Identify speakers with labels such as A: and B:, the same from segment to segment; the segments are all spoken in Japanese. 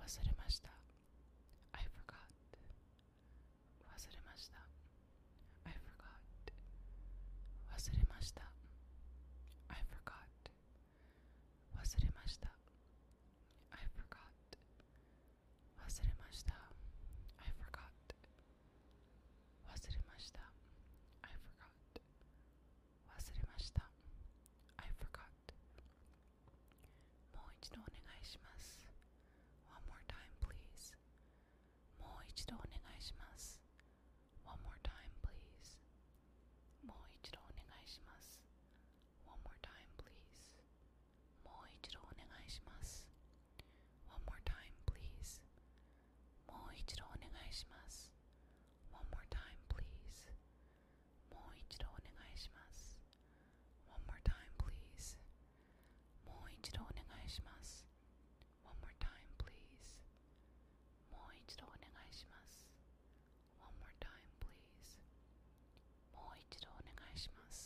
A: 忘れました I forgot 忘れました I forgot 忘れました I forgot 忘れました I forgot 忘れました I forgot 忘れました I forgot 忘れました I forgot もう一度お願いします One more time please もう一度お願いします One more time please もう一度お願いします One more time please もう一度お願いします。One more time, please. もう一度お願いします。One more time, please. もう一度お願いします。One more time, please. もう一度お願いします。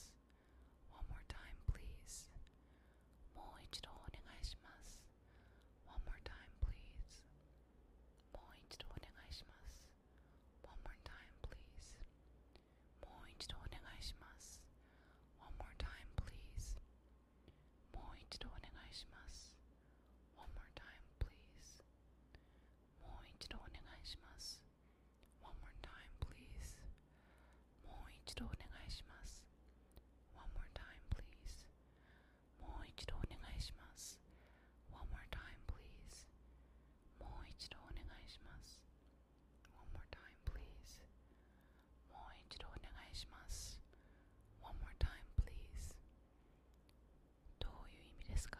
A: One more time, please. もう一度お願いします。One more time, please. もう一度お願いします。One more time, please. もう一度お願いします。One more time, please. もう一度お願いします。One more time, please. もう一度お願いします。One more time, please. もう一度お願いします。One more time, please. もう一度お願いします。One more time, please. もう一度お願いします。One more time, please. もう一度お願いします。One more time, please. もう一度お願いします。One more time, please. もう一度お願いします。One more time, please. どういう意味ですか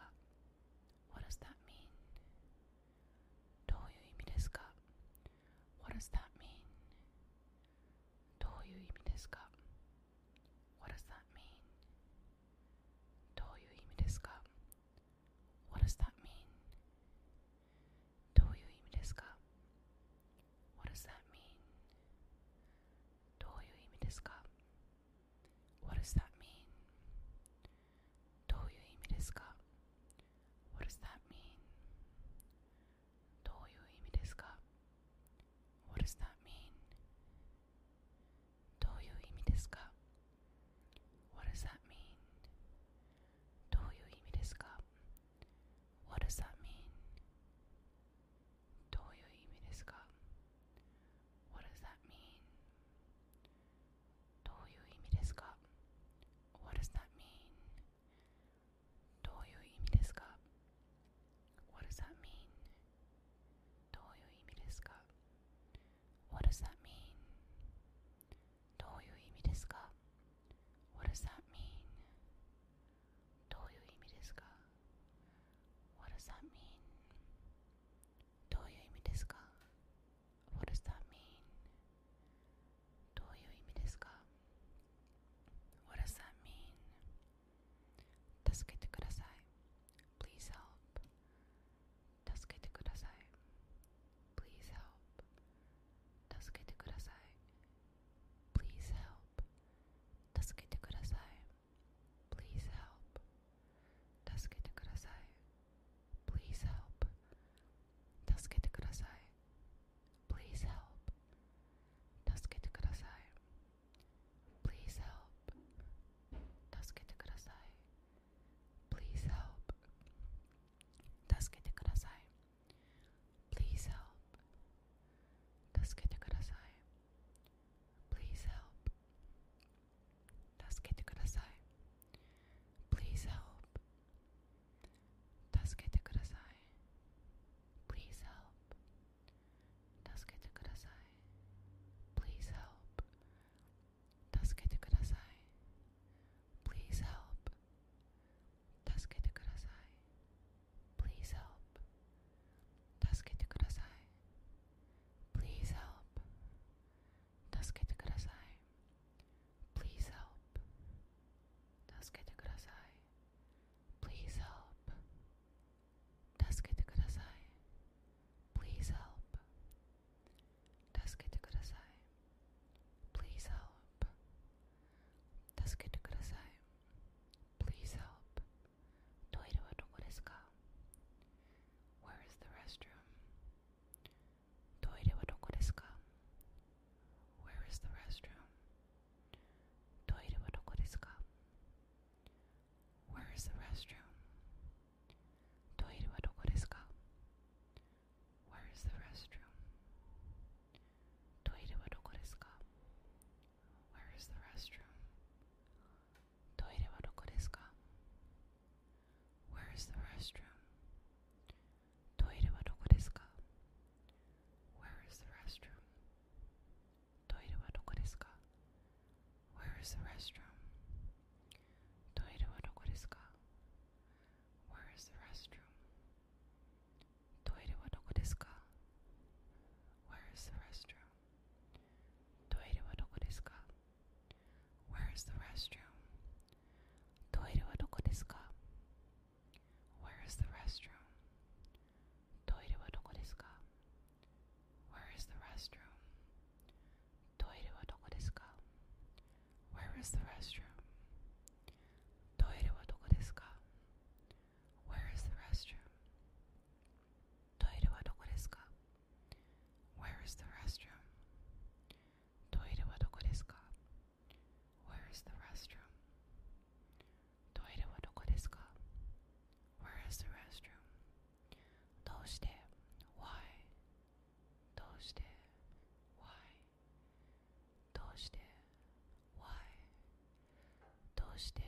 A: うして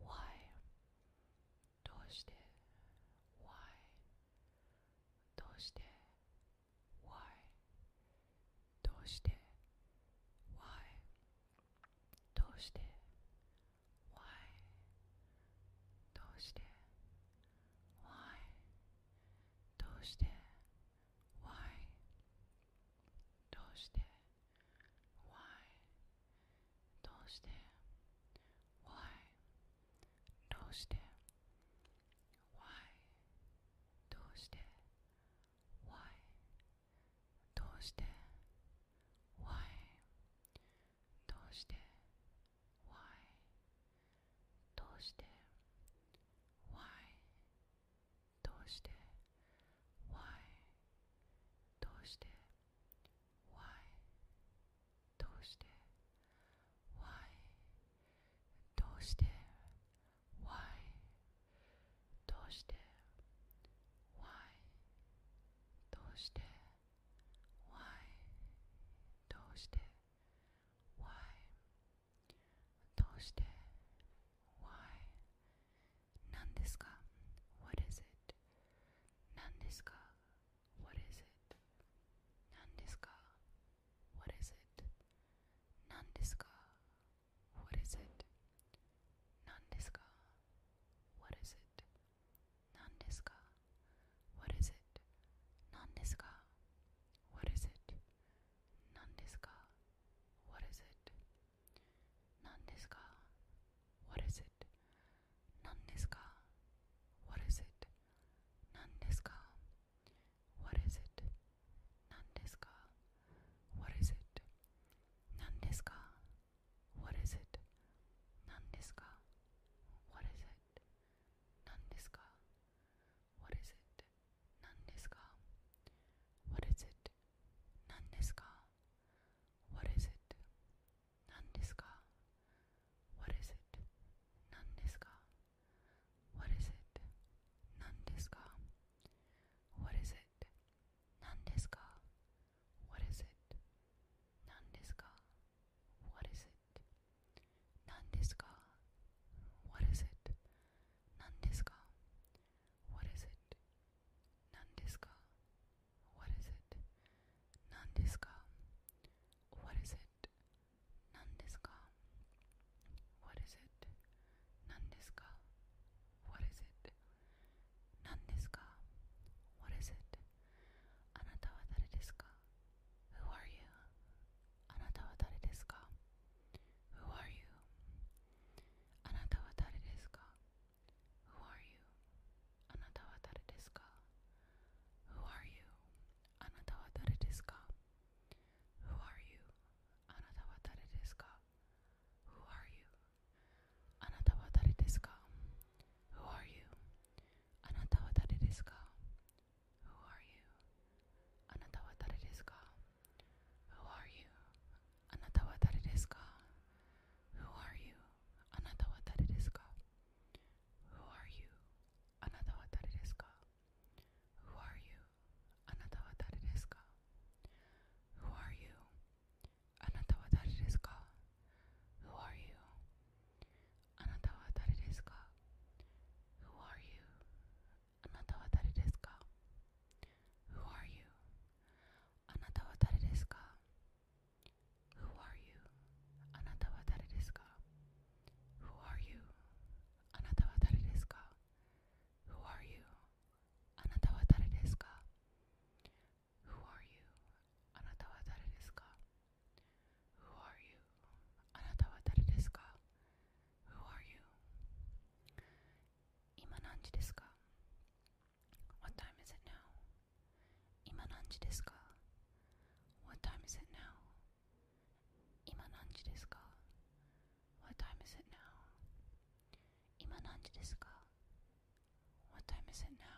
A: Why どうして Why どうして Why どうして Why どうして Why どうして Why どうして Why どうして Why どうして Why どうして Why どうして Why どうして Why どうして Why どうして Why どうして Why どうして Why どうして Why どうして Why どうして Why どうして Why どうして Why どうして Why 何ですか What is it 何ですか What is it 何ですか What is it 何ですか What is it 何ですか What is it 何ですか What is it 何ですか What is it 何ですか What is it 何ですか What is it 何ですか What is it 何ですか What is it 何ですか What is it 何ですか What is it 何ですか What is it 何ですか What is it 何ですか What is it 何ですか What is it 何ですか What is it 何ですか What is it 何ですか What is it 何ですか What is it 何ですか What is it 何ですか What is it 何ですか What is it 何ですか What is it 何ですか What is it 何ですか What is it 何ですか What is it 何ですか What is it あなたは誰ですか Who are you あなたは誰ですか Who are you あなたは誰ですか Who are you あなたは誰ですか Who are you あなたは誰ですか Who are you あなたは誰ですか Who are you あなたは誰ですか Who are you あなたは誰ですか Who are you あなたは誰ですか Who are you あなたは誰ですか Who are you あなたは誰ですか Who are you あなたは誰ですか Who are you あなたは誰ですか Who are you あなたは誰ですか Who are you あなたは誰ですか Who are you あなたは誰ですか Who are you あなたは誰ですか Who are you あなたは誰ですか Who are you あなたは誰ですか Who are you あなたは誰ですか Who are you あなたは誰ですか Who are you あなたは誰ですか Who are you 今何時ですか What time is it now? 今何時ですか What time is it now? 今何時ですか What time is it now? 今何時ですか What time is it now?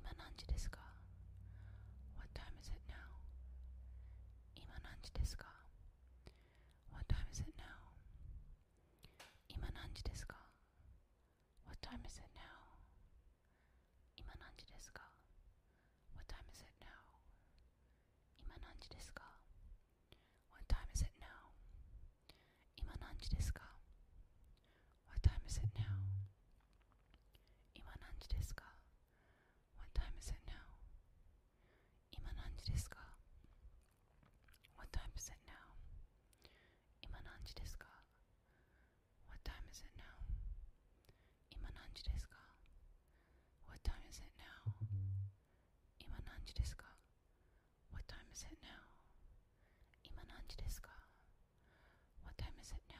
A: 今何時ですか What time is it now? 今何時ですか What time is it now? 今何時ですか What time is it now? 今何時ですか What time is it now? 今何時ですか What time is it now? 今何時ですか時ですか ?What time is it now? 今何時ですか ?What time is it now?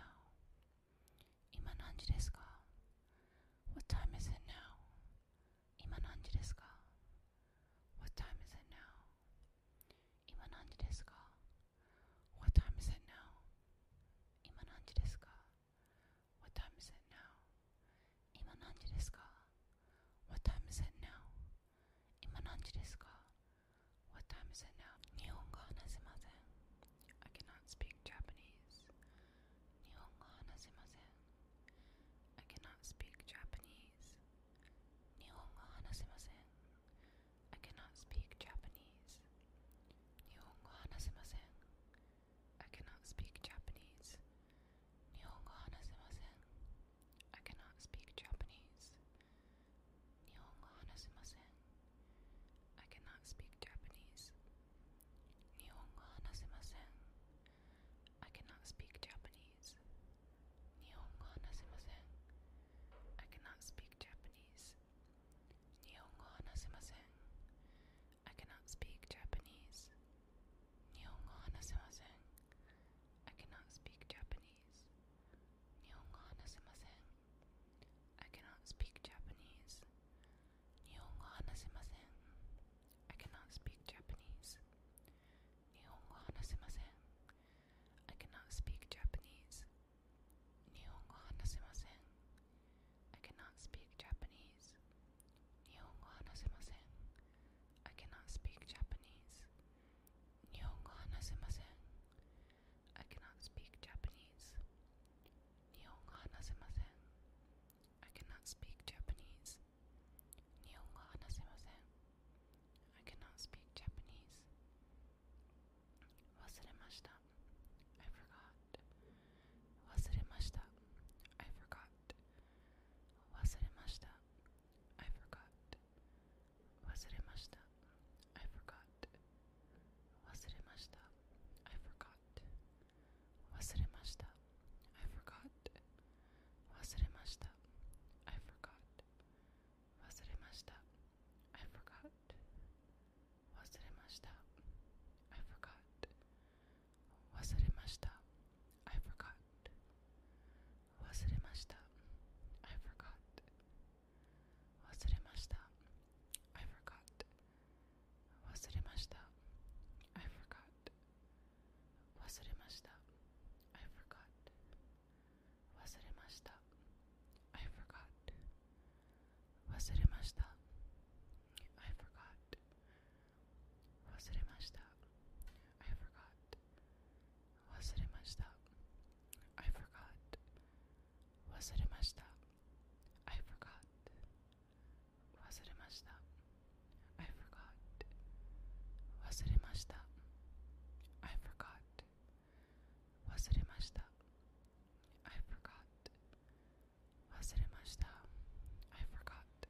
A: 今何時ですか ?What time is it now? 今何時ですか ?What time is it now? 今何時ですか ?What time is it now? 今何時ですか ?What time is it now? 今何時ですか ?What time is it now? 今何時ですか ?What time is it now? 日本語話せません。I cannot speak Japanese. 日本語話せません。I cannot speak Japanese. 日本語話せません。I cannot speak Japanese. 日本語話せません。I cannot speak Japanese. 日本語話せません。I cannot speak Japanese. 日本語話せません。I cannot speak Japanese. 日本語話せません。I cannot speak Japanese. 日本語話せません。I cannot speak Japanese. 日本語話せません。I cannot speak Japanese. 日本語話せません。I cannot speak Japanese. 日本語話せません。I cannot speak Japanese. 日本語話せません。I cannot speak Japanese. 日本語話せません。I cannot speak Japanese. 日本語話せません。I cannot speak Japanese. 日本語話せません。I cannot speak Japanese. 日本語話せません。I cannot speak Japanese. 日本語話せません。I cannot speak Japanese. 日本語話せません。I cannot speak Japanese. 忘れました。I forgot. 忘れました。I forgot. 忘れました。I forgot. 忘れました。I forgot. 忘れました。I forgot. 忘れました。I forgot. 忘れました。I forgot. 忘れました。I forgot. 忘れました。I forgot. 忘れました。I forgot. 忘れました。I forgot. 忘れました。I forgot. 忘れました。I forgot. 忘れました。I forgot. 忘れました。I forgot. 忘れました。I forgot. 忘れました。I forgot. 忘れました。I forgot. 忘れました。I forgot. 忘れました。I forgot. 忘れました。I forgot. 忘れました。I forgot. 忘れました。I forgot. 忘れました。I forgot.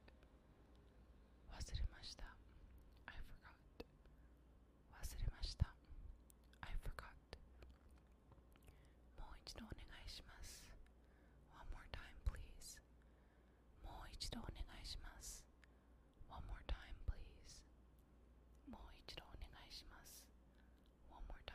A: 忘れました。I forgot. もう一度お願いします。One more time, please. もう一度お願いします。One more time, please. もう一度お願いします。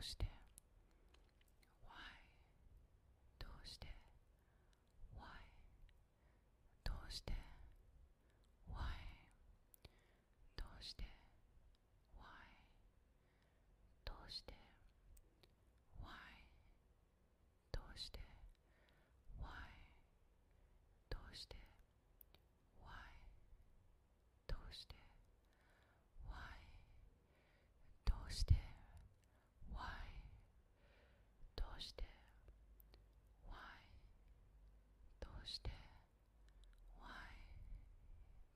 A: して？Why？どうして？Why？どうして？Why？どうして？Why？どうして？Why？どうして？Why？どうして？Why？どうして？Why？どうして Why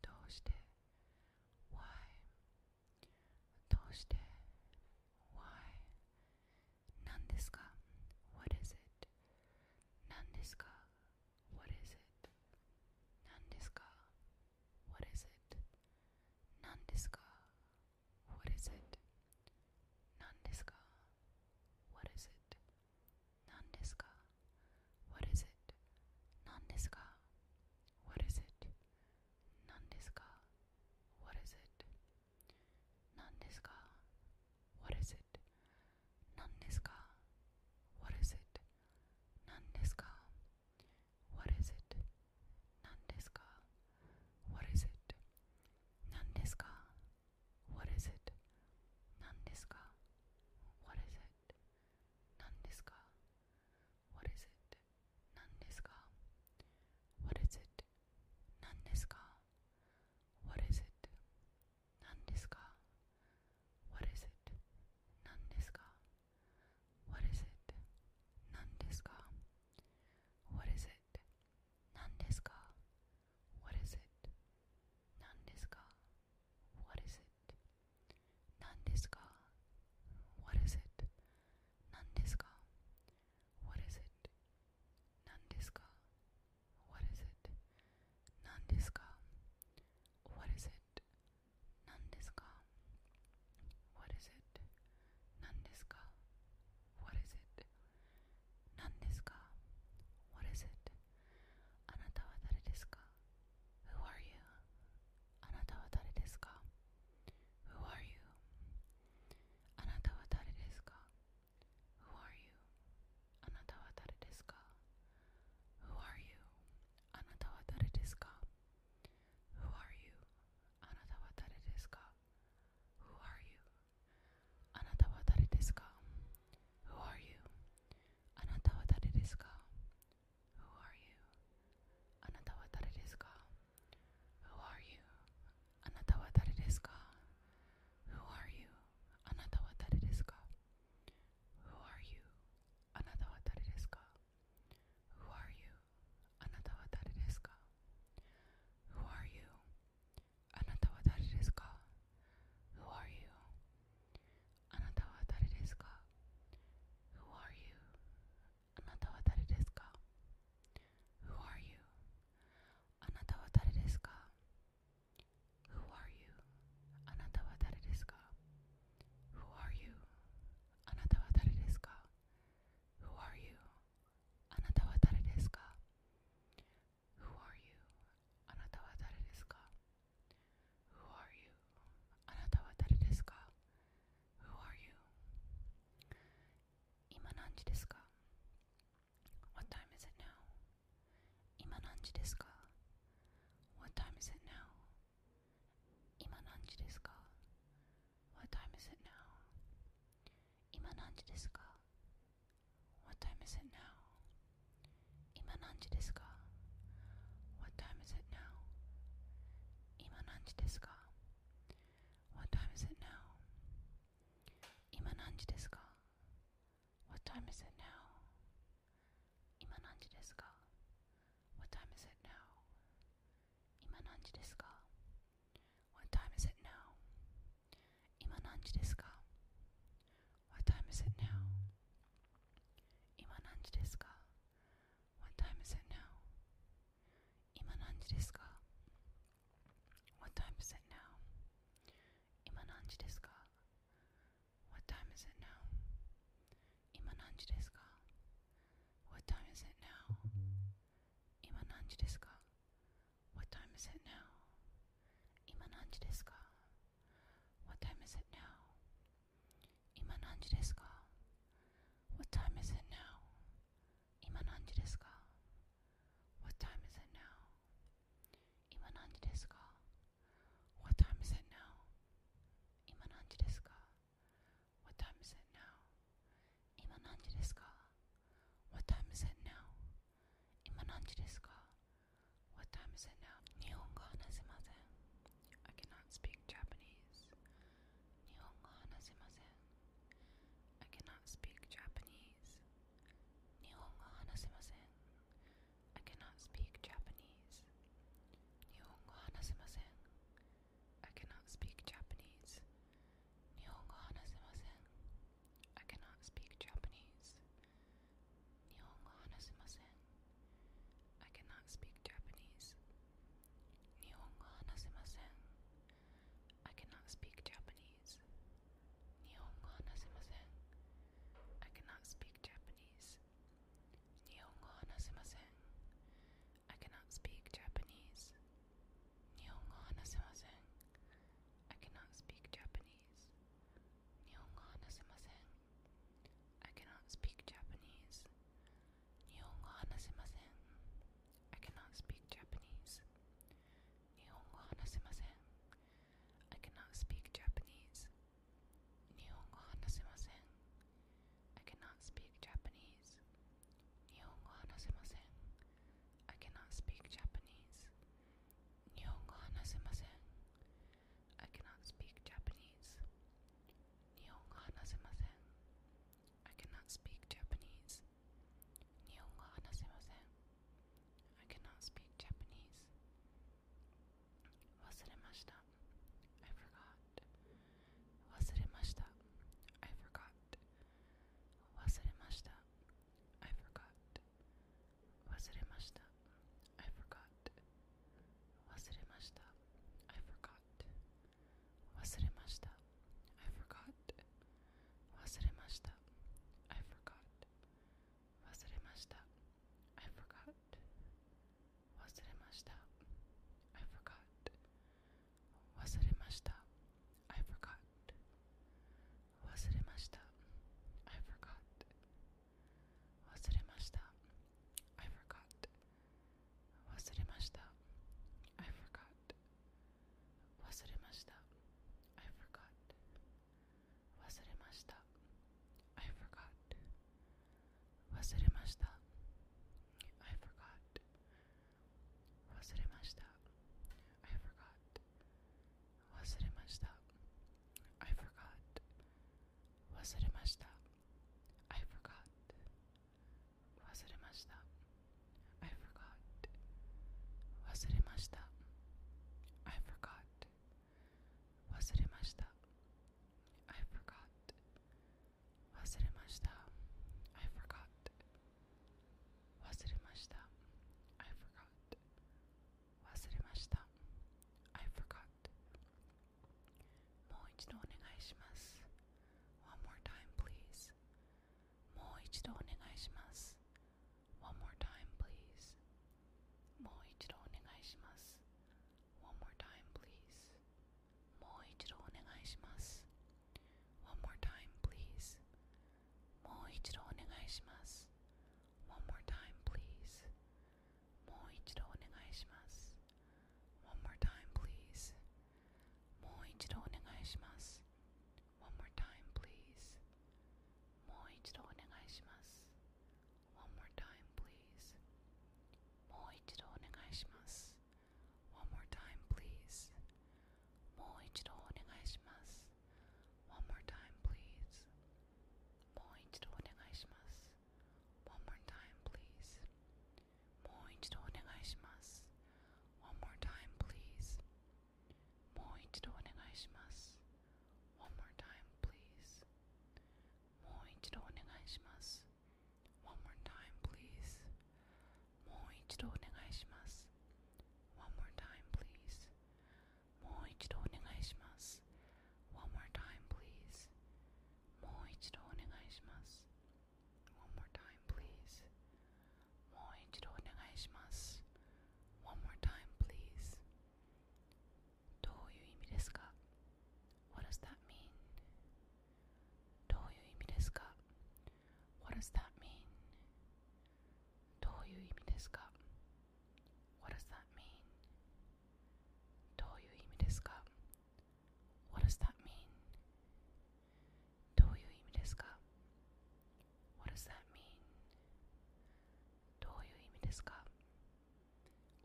A: どうして Why どうして Why どうして Why どうして Why 何ですか What is it 何ですか What is it 何ですか What is it 何ですか What is it 何ですか ?What is it? 何ですか ?What is it? 何ですか ?What is it? 何ですか ?What is it? 何ですか ?What is it? 何ですか ?What is it? 何ですか ?What is it? 何ですか ?What is it? 何ですか ?What is it? 何ですか ?What is it? 何ですか ?What is it? 何ですか ?What is it? 何ですか ?What is it? 何ですか ?What is it? 何ですか ?What is it? 何ですか ?What is it? 何ですか ?What is it? 何ですか ?What is it? 何ですか ?What is it? 何ですか ?What is it? 何ですか ?What is it? 何ですか ?What is it? 何ですか ?What is it? 何ですか ?What is it? 何ですか ?What is it? あなたは誰ですか ?Who are you? あなたは誰ですか ?Who are you? あなたは誰ですか ?Who are you? あなたは誰ですか ?Who are you? あなたは誰ですか ?Who are you? あなたは誰ですか ?Who are you? あなたは誰ですか ?Who are you? あなたは誰ですか ?Who are you? あなたは誰ですか ?Who are you? あなたは誰ですか ?Who are you? あなたは誰ですか ?Who are you? あなたは誰ですか ?Who are you? あなたは誰ですか ?Who are you? あなたは誰ですか ?Who are you? あなたは誰ですか ?Who are you? あなたは誰ですか ?Who are you? あなたは誰ですか ?Who are you? あなたは誰ですか Who are you? あなたは誰ですか ?Who are you? あなたは誰ですか ?Who are you? あなたは誰ですか ?Who are you? あなたは誰ですか ?Who are you? 今何時ですか ?What time is it now? 今何時ですか ?What time is it now? 今何時ですか What time is it now? 今何時ですか ?What time is it now? 今何時ですか ?What time is it now? 今何時ですか ?What time is it now? 今何時ですか ?What time is it now? 今何時ですか ?What time is it now? 今何時ですか ?What time is it now? 今何時ですか ?What time is it now? 今何時ですか ?What time is it now? 今何時ですか ?What time is it now? 今何時ですか ?What time is it now? 今何時ですか ?What time is it now? 今何時ですか ?What time is it now? 今何時ですか What time is it now? 今何時ですか time is it now? 今何時ですか ?What time is it now? 今何時ですか ?What time is it now? 今何時ですか ?What time is it now? 今何時ですか ?What time is it now? 今何時ですか ?What time is it now? 日本語話せません。I cannot speak Japanese. 日本語話せません。I cannot speak Japanese. 日本語話せません。I cannot speak Japanese. 日本語話せません。I cannot speak Japanese. 日本語話せません。I cannot speak Japanese. 日本語話せません。I cannot speak Japanese. 日本語話せません。I cannot speak Japanese. 日本語話せません。I cannot speak Japanese. 日本語話せません。I cannot speak Japanese. 日本語話せません。I cannot speak Japanese. 日本語話せません。I cannot speak Japanese. 日本語話せません。I cannot speak Japanese. 日本語話せません。I cannot speak Japanese. 日本語話せません。I cannot speak Japanese. 日本語話せません。I cannot speak Japanese. 日本語話せません。I cannot speak Japanese. 日本語話せません。I cannot speak Japanese. 日本語話せません。I cannot speak Japanese. 忘れました。I forgot. 忘れました。I forgot. 忘れました。I forgot. 忘れました。I forgot. 忘れました。I forgot. 忘れました。I forgot. 忘れました。I forgot. 忘れました。I forgot. 忘れました。I forgot. 忘れました。I forgot. 忘れました。I forgot. 忘れました。I forgot. 忘れました。I forgot. 忘れました。I forgot. 忘れました。I forgot. 忘れました。I forgot. 忘れました。I forgot. 忘れました。I forgot. 忘れました。I forgot. 忘れました。I forgot. 忘れました。I forgot. 忘れました。I forgot. 忘れました。I forgot. 忘れました。I forgot. 忘れました。I forgot. もう一度お願いします。One more time, please. もう一度お願いします。One more time, please. もう一度お願いします。One more time, please. もう一度お願いします。One more time, please. もう一度お願いします。One more time, please. もう一度お願いします。One more time, please. もう一度お願いします。One more time, please. もう一度お願いします。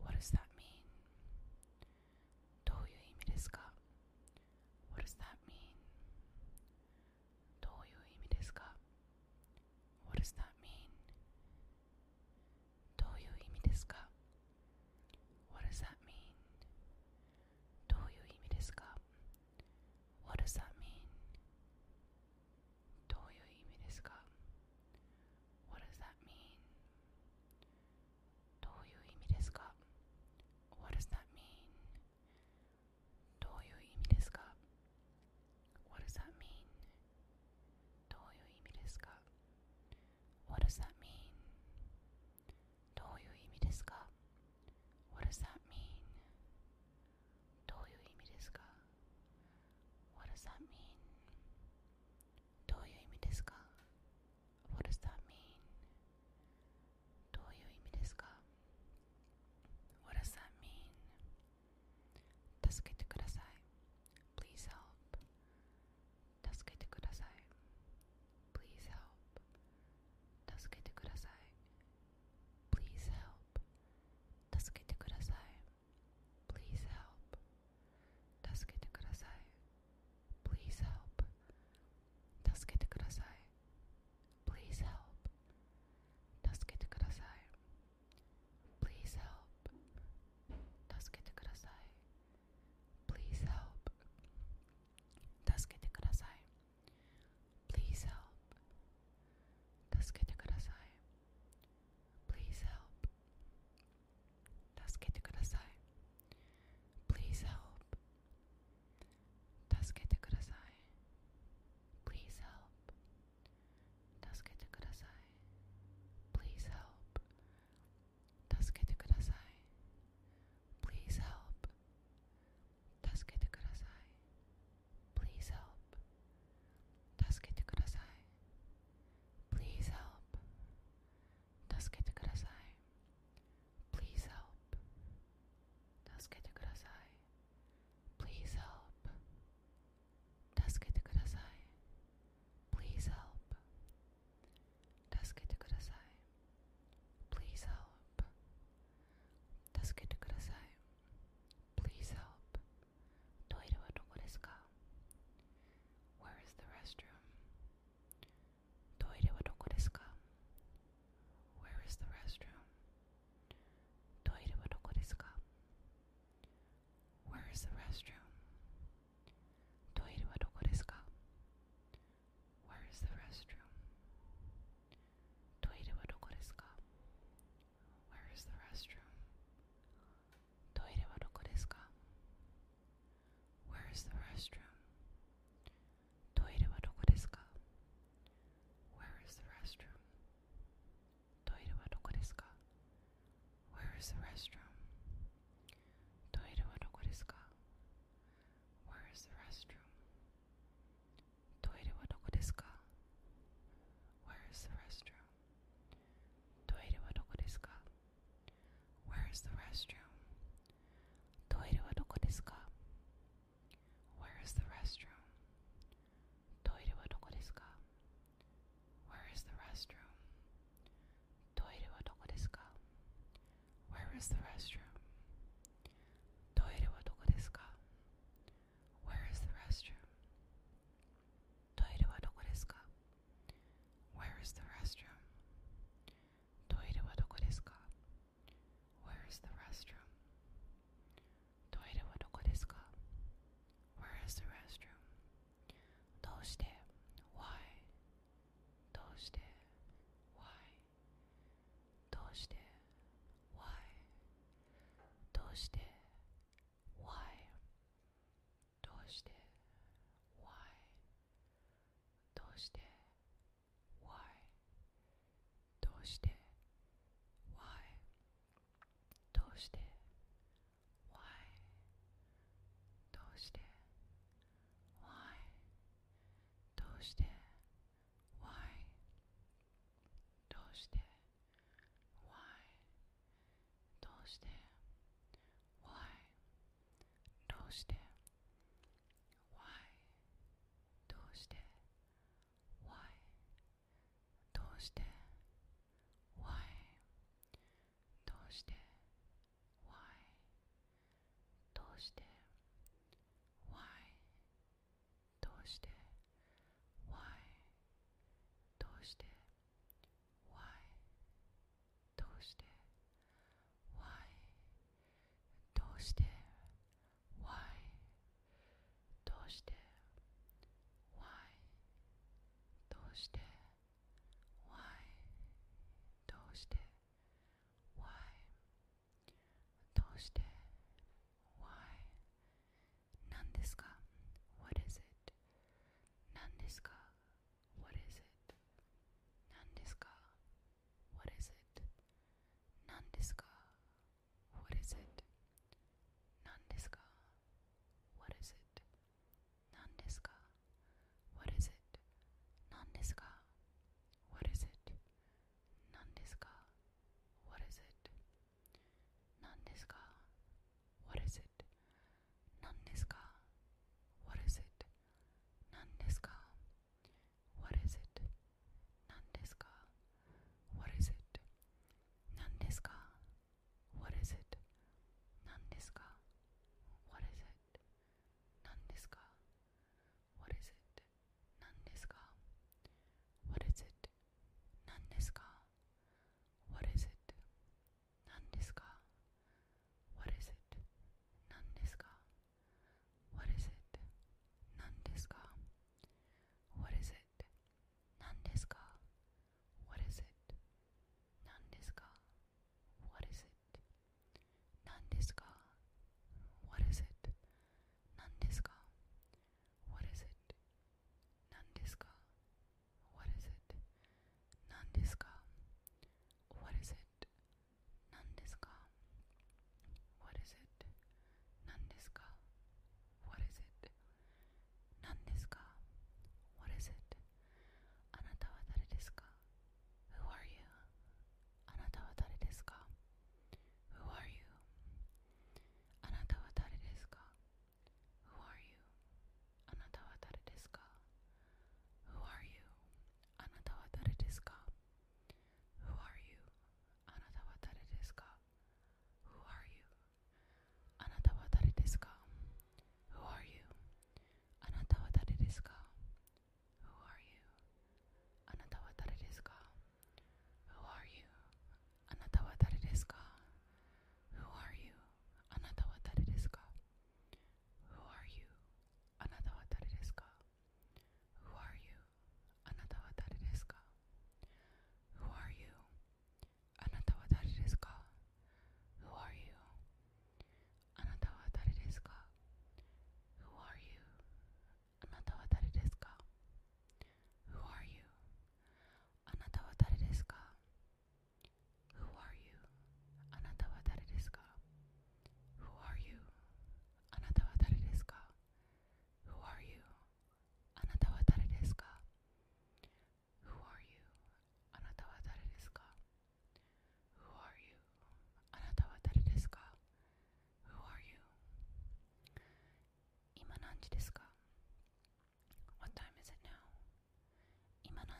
A: does that mean? どういう意味ですか What does that mean? どういう意味ですか What does that mean? どういう意味ですか What does that mean? どういう意味ですか What does that mean? どういう意味ですか What does that mean? どういう意味ですか What does that mean? どういう意味ですか What does that mean? どういう意味ですか What does that mean? どういう意味ですか What does that mean? どういう意味ですか What does that mean? どういう意味ですか What does that mean? どういう意味ですか What does that mean? 助けてください。Please help. 助けてください。Please help. 助けてください。Please help. 助けてください。Please help. 助けてください。Please help. 助けてください。Please help. 助けてください。Please help. 助けてください。Please help. 助けてください。Please help. 助けてください。Please help. 助けてください。Please help. 助けてください。Please help. 助けてください。Please help. 助けてください。Please help. 助けてください。Please help. 助けてください。Please help. 助けてください。Please help. 助けてください。Please help. 助けてください。Please help. 助けてください。Please help. 助けてください。Please help. トイレはどこですか ?Where is the restroom? トイレはどこですか ?Where is the restroom? トイレはどこですか ?Where is the restroom? トイレはどこですか ?Where is the restroom? トイレはどこですか ?Where is the restroom? トイレはどこですか ?Where is the restroom? トイレはどこですか ?Where is the restroom? トイレはどこですか ?Where is the restroom? トイレはどこですか ?Where is the restroom? トイレはどこですか ?Where is the restroom? トイレはどこですか ?Where is the restroom? トイレはどこですか ?Where is the restroom? トイレはどこですか ?Where is the restroom? トイレはどこですか ?Where is the restroom? トイレはどこですか ?Where is the restroom? トイレはどこですか ?Where is the restroom? トイレはどこですか ?Where is the restroom? トイレはどこですか ?Where is the restroom? どうして ?Why? どうして ?Why? どうして ?Why? どうして ?Why? どうして ?Why? どうして ?Why? どうして ?Why? どうして ?Why? どうして ?Why? どうして ?Why? どうして ?Why? どうして ?Why? どうして ?Why? どうして ?Why? どうして ?Why? どうして ?Why?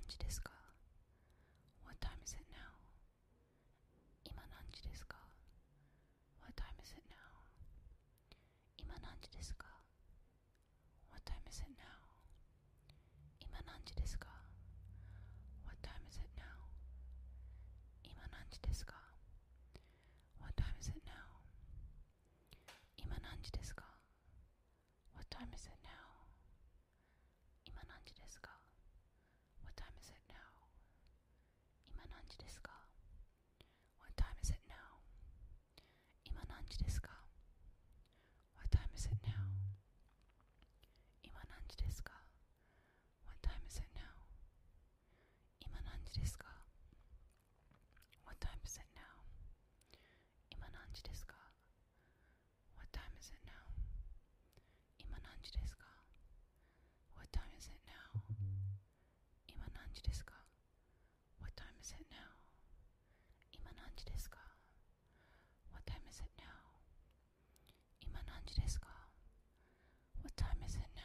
A: 時ですか ?What time is it now? 今何時ですか ?What time is it now? 今何時ですか ?What time is it now? 今何時ですか ?What time is it now? 今何時ですか ?What time is it now? 今何時ですか ?What time is it now? 今何時ですか ?What time is it now? 今何時ですか ?What time is it now? 今何時ですか ?What time is it now? 今何時ですか ?What time is it now? 今何時ですか ?What time is it now? 今何時ですか ?What time is it now? 今何時ですか What time is it now? 今何時ですか ?What time is it now? 今何時ですか ?What time is it now? 今何時ですか ?What time is it now?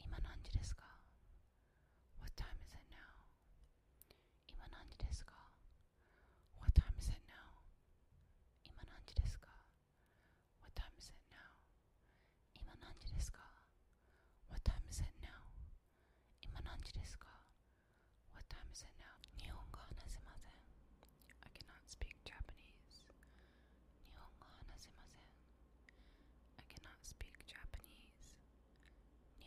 A: 今何時ですか ?What time is it now? 今何時ですか ?What time is it now? 今何時ですか ?What time is it now? 今何時ですか What time is it now? 今何時ですか ?What time is it now? 日本語話せません。I cannot speak Japanese. 日本語話せません。I cannot speak Japanese. 日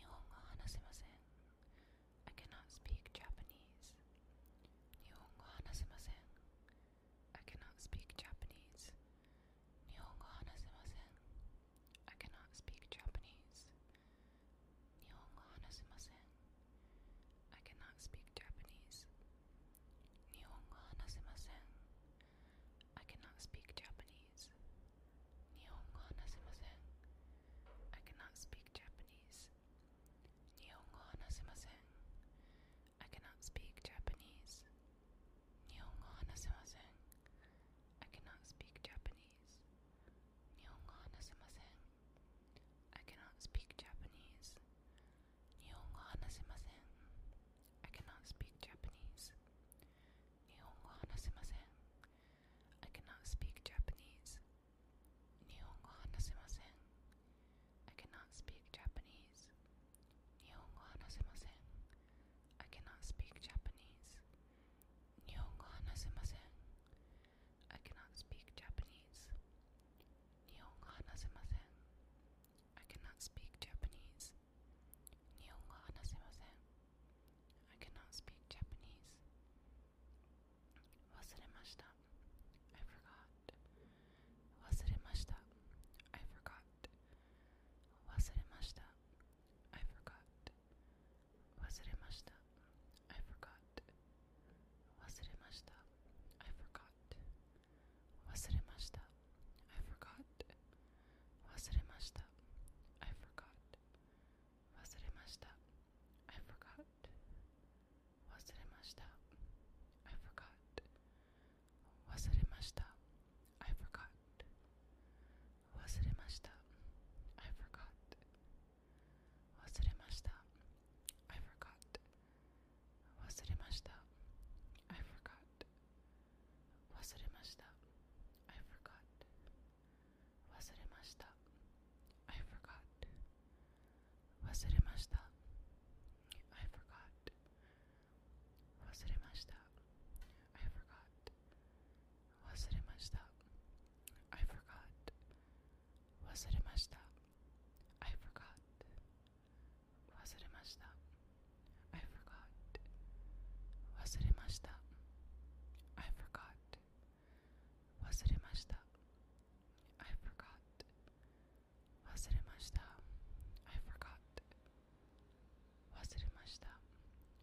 A: 本語話せません。I cannot speak Japanese. 日本語話せません。I cannot speak Japanese. 日本語話せません。I cannot speak Japanese. 日本語話せません。I cannot speak Japanese. 日本語話せません。I cannot speak Japanese. 日本語話せません。I cannot speak Japanese. 日本語話せません。I cannot speak Japanese. 日本語話せません。I cannot speak Japanese. 日本語話せません。I cannot speak Japanese. 日本語話せません。I cannot speak Japanese. 日本語話せません。I cannot speak Japanese. 日本語話せません。I cannot speak Japanese. 日本語話せません。I cannot speak Japanese. 日本語話せません。I cannot speak Japanese. 日本語話せません。I cannot speak Japanese. 日本語話せません。I cannot speak Japanese. 忘れました。I forgot. 忘れました。I forgot. 忘れました。I forgot. 忘れました。I forgot. 忘れました。I forgot. 忘れました。I forgot. 忘れました。I forgot. 忘れました。I forgot. 忘れました。I forgot. 忘れました。I forgot. 忘れました。I forgot. 忘れました。I forgot. 忘れました。I forgot. 忘れました。I forgot. 忘れました。I forgot. 忘れました。I forgot. 忘れました。I forgot. 忘れました。I forgot. 忘れました。I forgot. 忘れました。I forgot. 忘れました。I forgot. 忘れました。I forgot. 忘れました。I forgot. 忘れました。I forgot. 忘れました。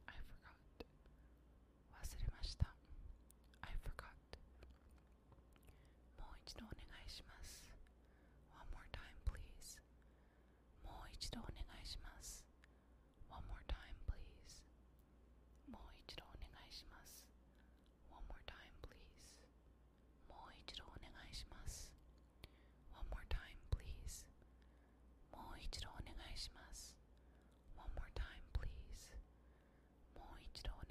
A: I forgot. もう一度お願いします。One more time, please. もう一度お願いします。One more time, please. もう一度お願いします。One more time, please. もう一度お願いします。One more time, please. もう一度お願いします。One more time, please. もう一度お願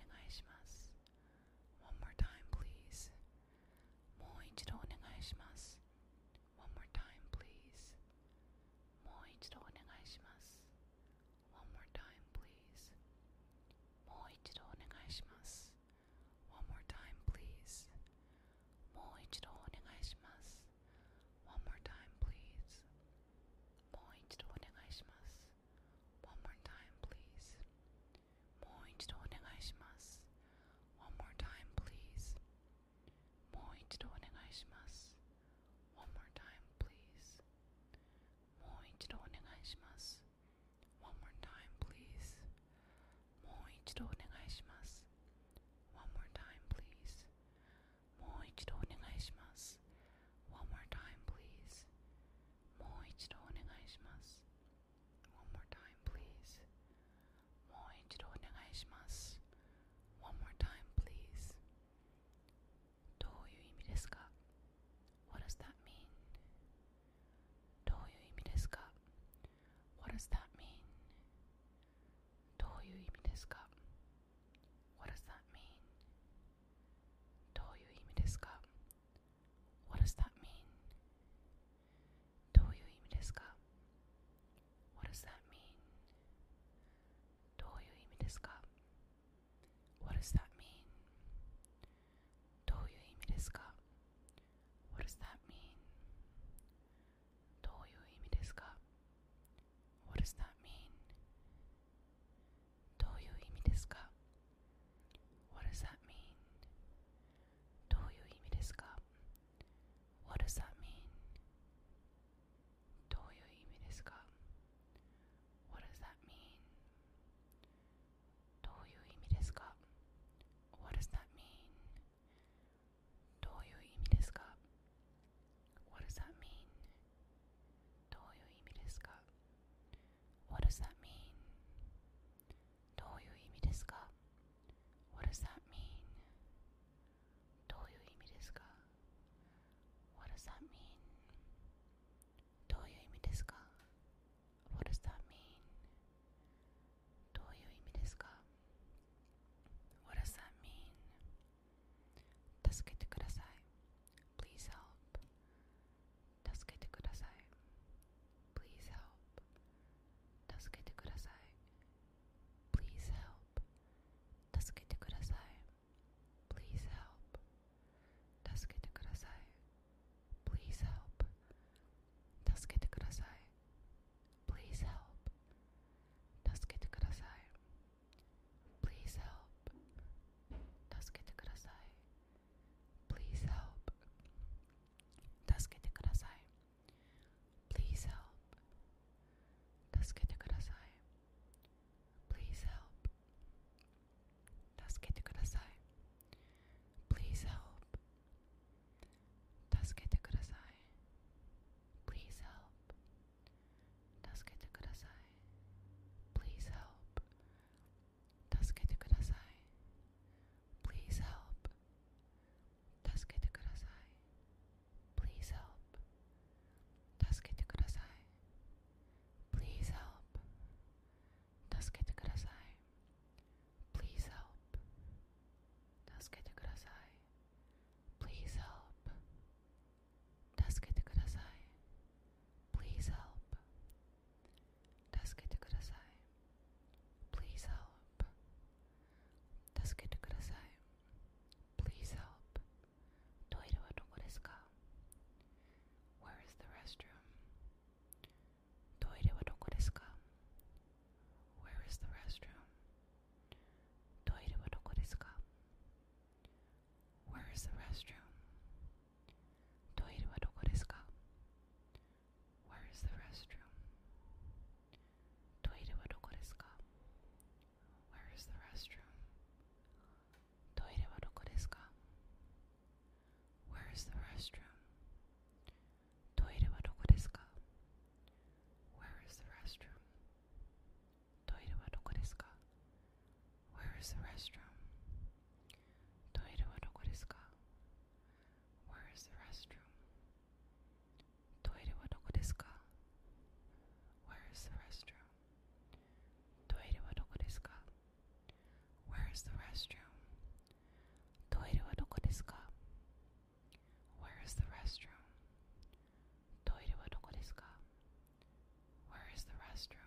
A: restroom?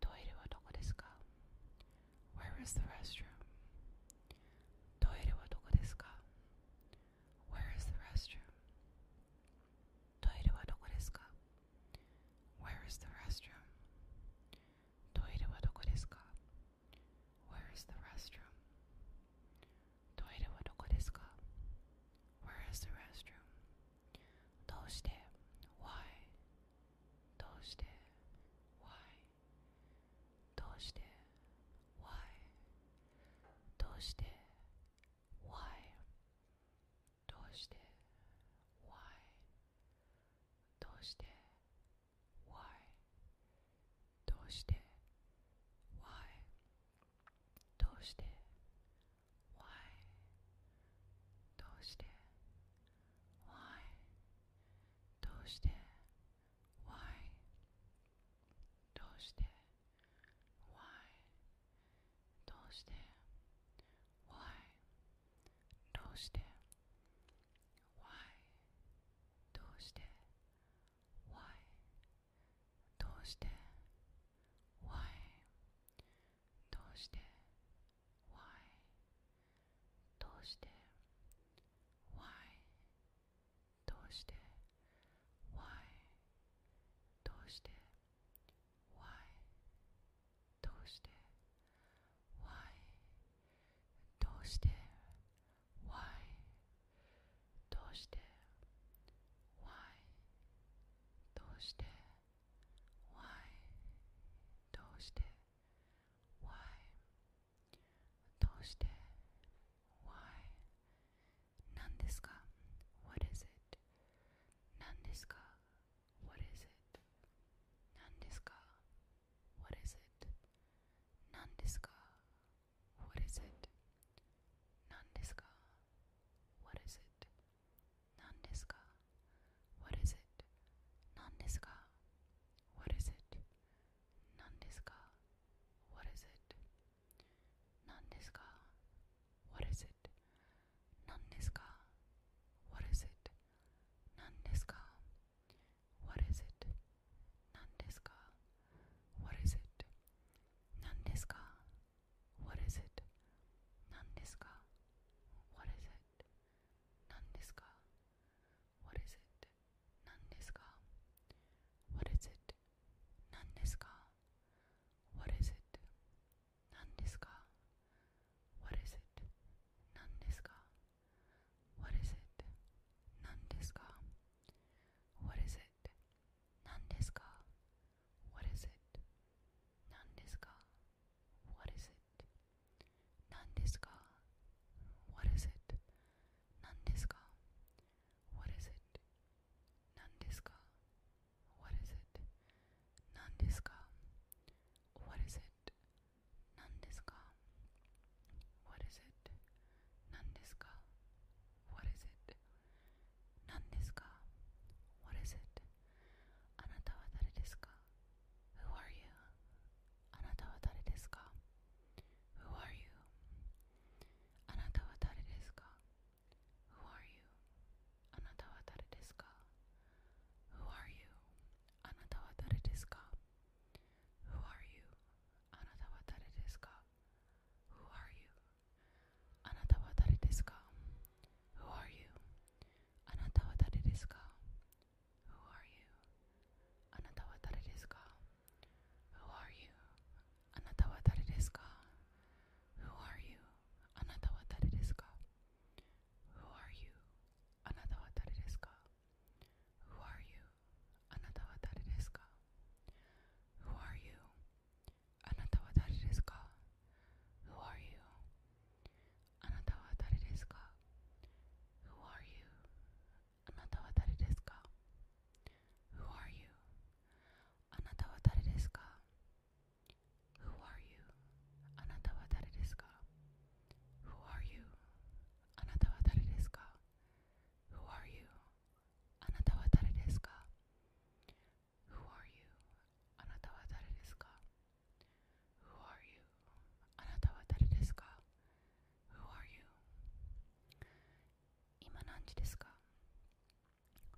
A: トイレはどこですか Where is the restroom? トイレはどこですか Where is the restroom? トイレはどこですか Where is the restroom? トイレはどこですか Where is the restroom? トイレはどこですか Where is the restroom? どうして Why? どうして Why? どうして Why? どうして Why? どうして Why? どうして Why? どうして Why? どうして Why? どうして Why? どうして Why? どうして Why? どうして Why? どうして Why? どうして Why? どうして Why? どうして Why? どうして Why? どうして Why? どうして Why? どうして Why? どうして Why? どうして Why? どうして Why? どうして Why? どうして Why? 何ですか What is it? 何ですか What is it? 何ですか What is it? 何ですか What is it? 何ですか What is it? 何ですか What is it? 何ですか What is it? 何ですか What is it? 何ですか What is it? 何ですか What is it? 何ですか What is it? 何ですか What is it? 何ですか What is it? 何ですか What is it? 何ですか What is it? 何ですか What is it? 何ですか What is it? 何ですか What is it? 何ですか What is it? 何ですか What is it? 何ですか What is it? 何ですか What is it? 何ですか What is it? 何ですか What is it? 何ですか What is it? 何ですか What is it? 何ですか What is it? 何ですか What is it? 何ですか What is it? あなたは誰ですか Who are you? あなたは誰ですか Who are you? あなたは誰ですか Who are you? あなたは誰ですか Who are you? あなたは誰ですか Who are you? あなたは誰ですか Who are you? あなたは誰ですか Who are you? あなたは誰ですか Who are you? あなたは誰ですか Who are you? あなたは誰ですか Who are you? あなたは誰ですか Who are you? あなたは誰ですか Who are you? あなたは誰ですか Who are you? あなたは誰ですか Who are you? あなたは誰ですか Who are you? あなたは誰ですか Who are you? あなたは誰ですか Who are you? あなたは誰ですか Who are you? あなたは誰ですか Who are you? あなたは誰ですか Who are you? あなたは誰ですか Who are you? あなたは誰ですか Who are you? 今何時ですか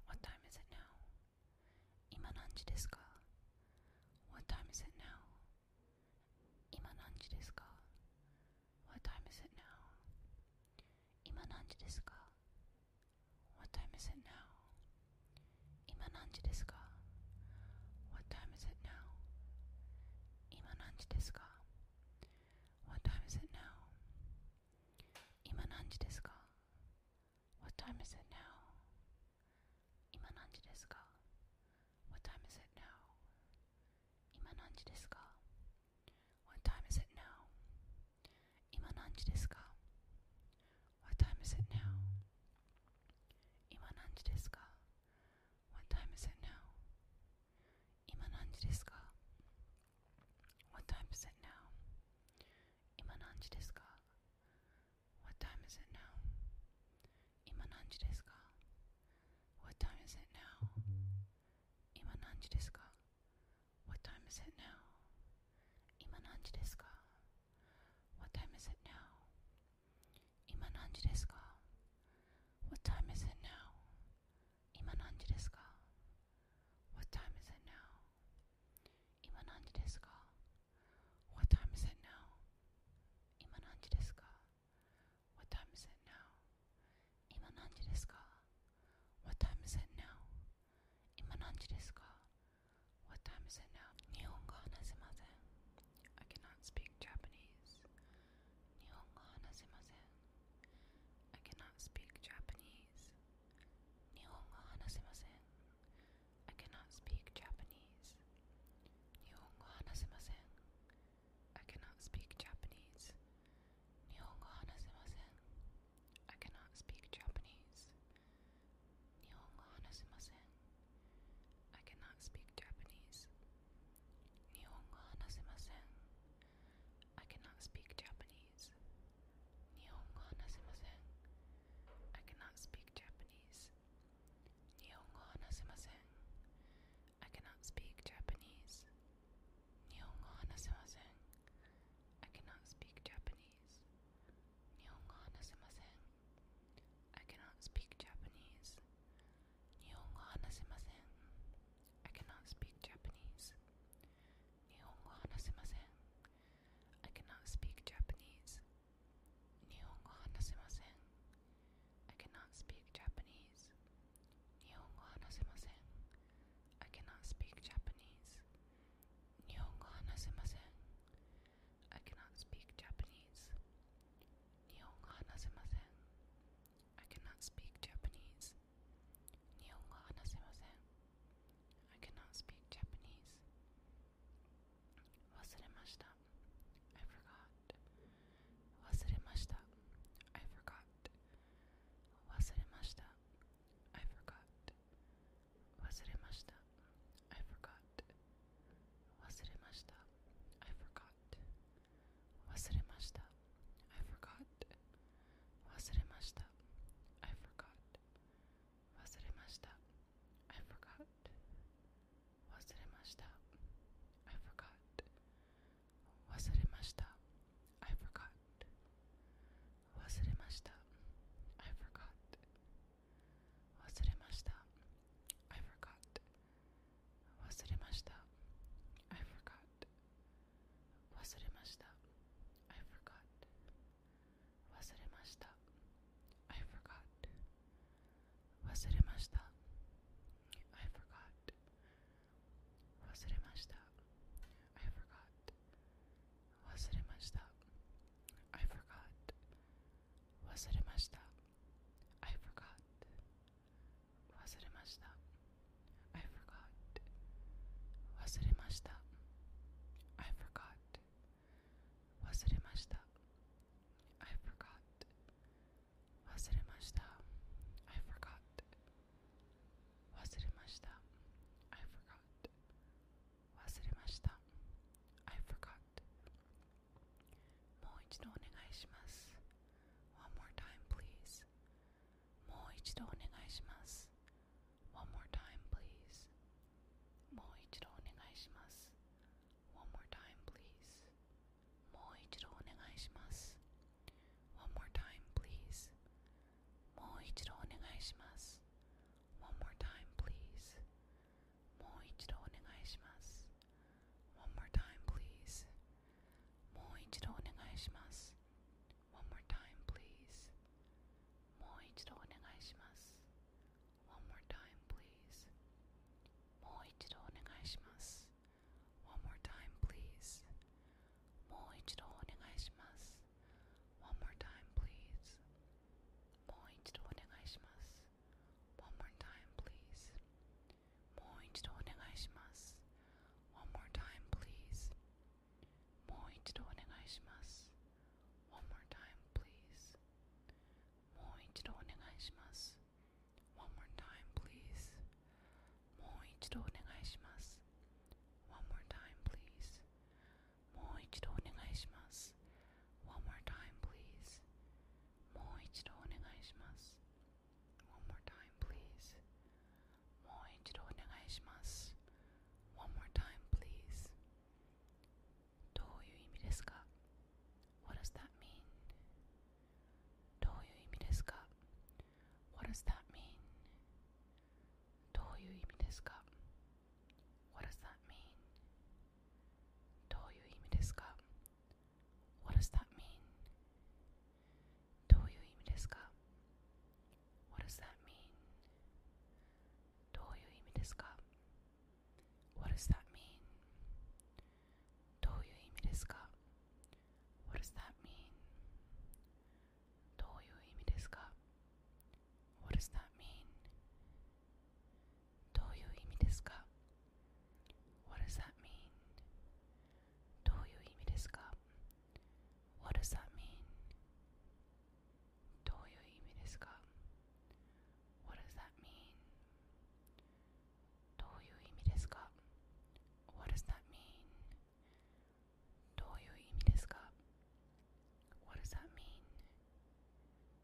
A: What time is it now? 今何時ですか時ですか ?What time is it now? 今何時ですか ?What time is it now? 今何時ですか ?What time is it now? 今何時ですか ?What time is it now? 今何時ですか ?What time is it now? 今何時ですか ?What time is it now? 今何時ですか ?What time is it now? 今何時ですか ?What time is it now? 今何時ですか ?What time is it now? 今何時ですか ?What time is it now? 今何時ですか ?What time is it now? 今何時ですか ?What time is it now? 今何時ですか What time is it now? 今何時ですか ?What time is it now? 今何時ですか ?What time is it now? 今何時ですか ?What time is it now? 今何時ですか ?What time is it now? 今何時ですか ?What time is it now? 今何時ですか ?What time is it now? 日本語話せません。I cannot speak Japanese. 日本語話せません。度お願いします。One more time, please. もう一度お願いします。One more time, please. もう一度お願いします。One more time, please. もう一度お願いします。One more time, please. どういう意味ですか ?What does that mean? どういう意味ですか ?What does that mean? どういう意味ですか ?What does that mean? どういう意味ですか ?What does that mean? どういう意味ですか ?What does that mean? どういう意味ですか ?What does that mean? どういう意味ですか ?What does that mean? どういう意味ですか ?What does that mean? どういう意味ですか ?What does that mean? どういう意味ですか ?What does that mean? どういう意味ですか ?What does that mean? どういう意味ですか ?What does that mean? どういう意味ですか ?What does that mean?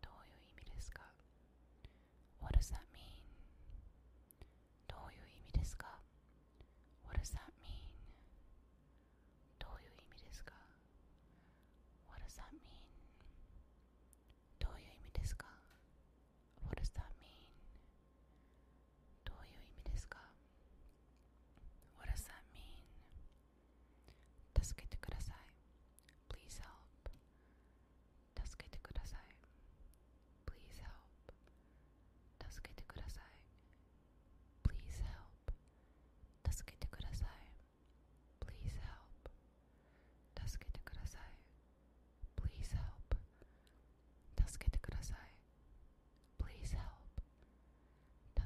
A: どういう意味ですか ?What does that mean? どういう意味ですか ?What does that mean? どういう意味ですか ?What does that mean? どういう意味ですか ?What does that mean? どういう意味ですか ?What does that mean? 助けてください。Please help. 助けてください。Please help. 助けてください。Please help. 助けてください。Please help. 助けてください。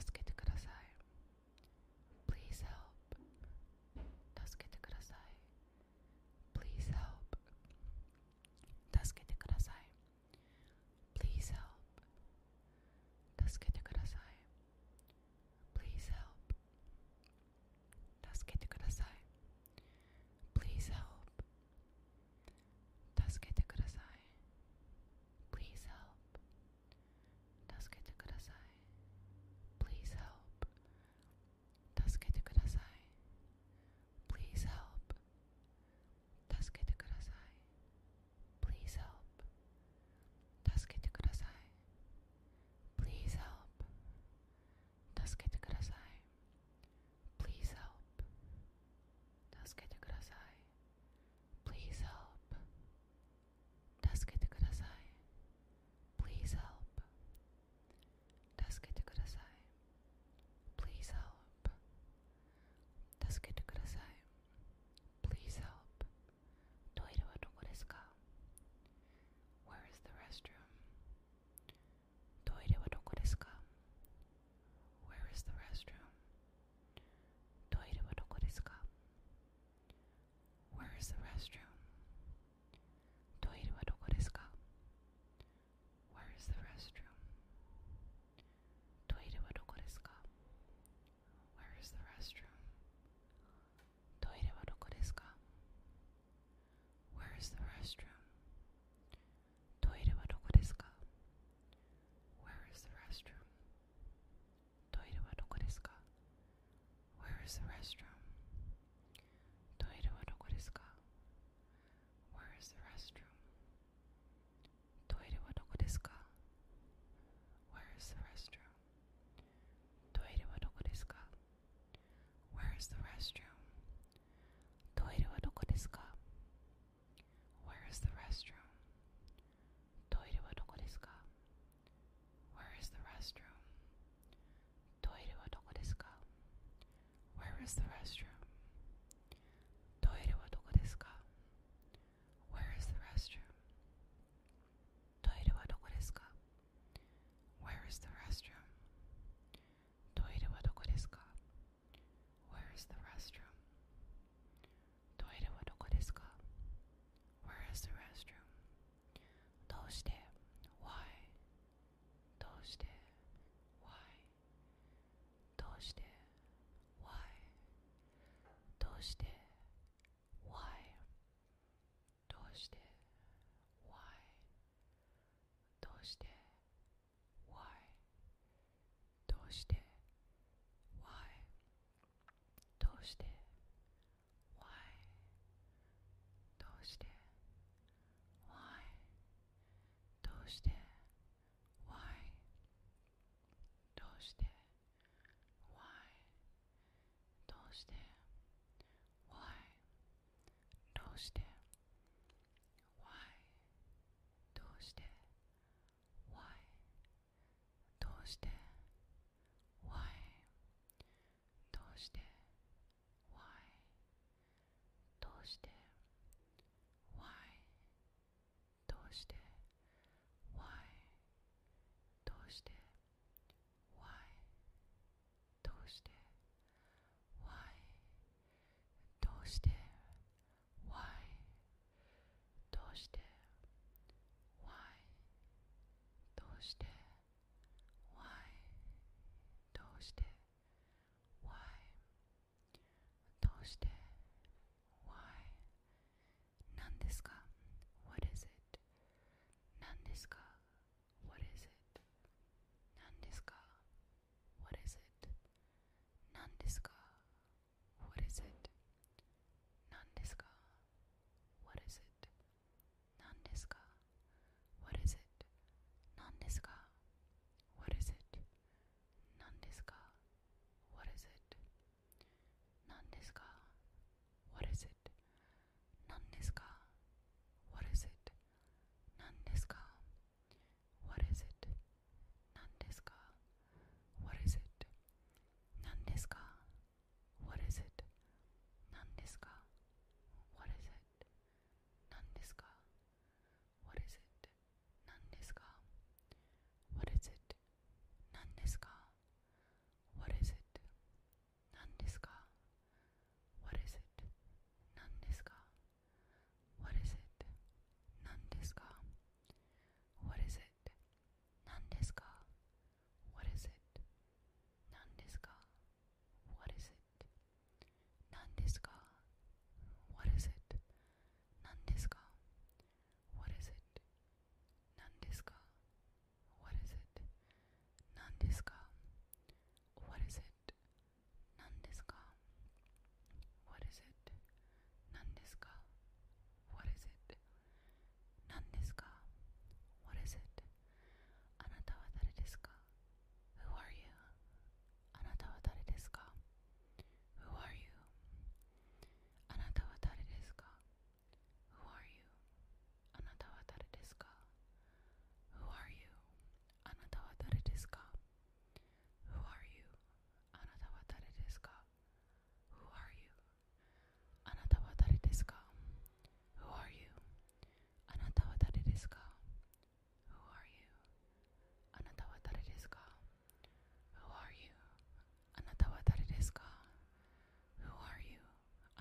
A: Please help. 助けてください。Please help. 助けてください。Please help. 助けてください。Please help. 助けてください。Please help. 助けてください。Please help. 助けてください。Please help. 助けてください。Please help. 助けてください。Please help. 助けてください。Please help. 助けてください。Please help. 助けてください。Please help. 助けてください。Please help. 助けてください。Please help. 助けてください。Please help. 助けてください。Please help. 助けてください。Please help. トイレはどこですか ?Where is the restroom? トイレはどこですか Where is the restroom? トイレはどこですか Where is the restroom? トイレはどこですか Where is the restroom? トイレはどこですか Where is the restroom? トイレはどこですか Where is the restroom? トイレはどこですか Where is the restroom? トイレはどこですか Where is the restroom? トイレはどこですか Where is the restroom? トイレはどこですか Where is the restroom? トイレはどこですか Where is the restroom? トイレはどこですか Where is the restroom? トイレはどこですか Where is the restroom? トイレはどこですか Where is the restroom? トイレはどこですか Where is the restroom? トイレはどこですか Where is the restroom? トイレはどこですか Where is the restroom? トイレはどこですか Where is the restroom? どうして Why? どうして Why? どうして Why? して Why どうして Why どうして Why どうして Why どうして Why どうして Why どうして Why どうして Why どうして Why どうして Why どうして Why どうして Why どうして Why どうして Why どうして Why どうして Why どうして Why どうして Why どうして Why どうして Why どうして Why どうして Why 何ですか What is it 何ですか What is it 何ですか What is it 何ですか What is it 何ですか What is it 何ですか What is it 何ですか What is it 何ですか What is it 何ですか What is it 何ですか What is it 何ですか What is it 何ですか What is it 何ですか What is it 何ですか What is it 何ですか What is it 何ですか What is it 何ですか What is it 何ですか What is it 何ですか What is it 何ですか What is it 何ですか What is it 何ですか What is it 何ですか What is it 何ですか What is it 何ですか What is it 何ですか What is it 何ですか What is it 何ですか What is it 何ですか What is it あなたは誰ですか Who are you あなたは誰ですか Who are you あなたは誰ですか Who are you あなたは誰ですか Who are you あなたは誰ですか Who are you あなたは誰ですか Who are you あなたは誰ですか Who are you あなたは誰ですか Who are you あなたは誰ですか Who are you あなたは誰ですか Who are you あなたは誰ですか Who are you あ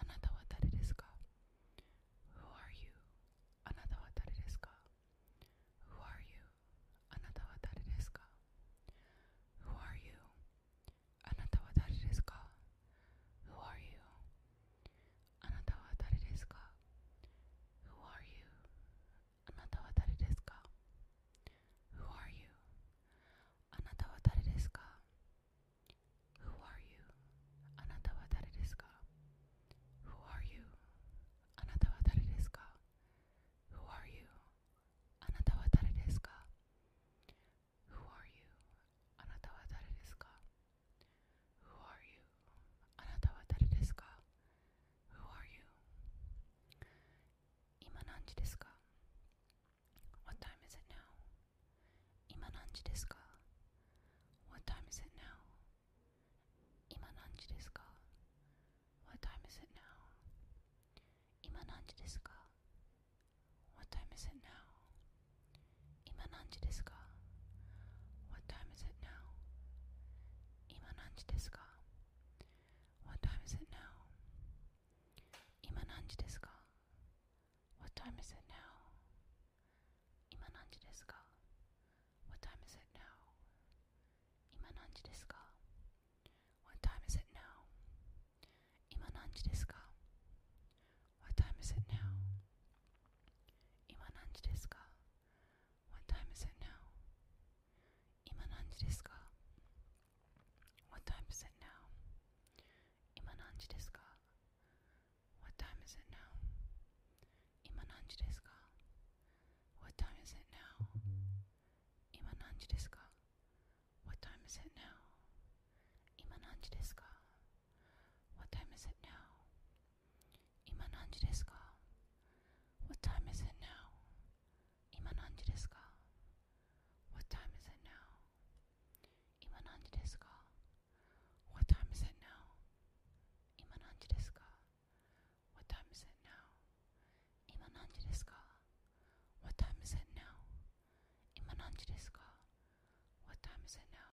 A: なたは誰ですか Who are you あなたは誰ですか Who are you あなたは誰ですか Who are you あなたは誰ですか Who are you あなたは誰ですか Who are you あなたは誰ですか Who are you あなたは誰ですか Who are you あなたは誰ですか Who are you あなたは誰ですか Who are you あなたは誰ですか Who are you あなたは誰ですか Who are you 今何時ですか What time is it now? 今何時ですか What time is it now? 今何時ですか What time is it now? 今何時ですか What time is it now? 今何時ですか What time is it now? 今何時ですか What time is it now? 今何時ですか What time is it now? 今何時ですか What time is it now? 今何時ですか What time is it now? 今何時ですか時ですか ?What time is it now? 今何時ですか ?What time is it now? 今何時ですか ?What time is it now? 今何時ですか ?What time is it now? 今何時ですか ?What time is it now? 今何時ですか ?What time is it now? 今何時ですか ?What time is it now? 今何時ですか ?What time is it now? 今何時ですか ?What time is it now? 今何時ですか ?What time is it now?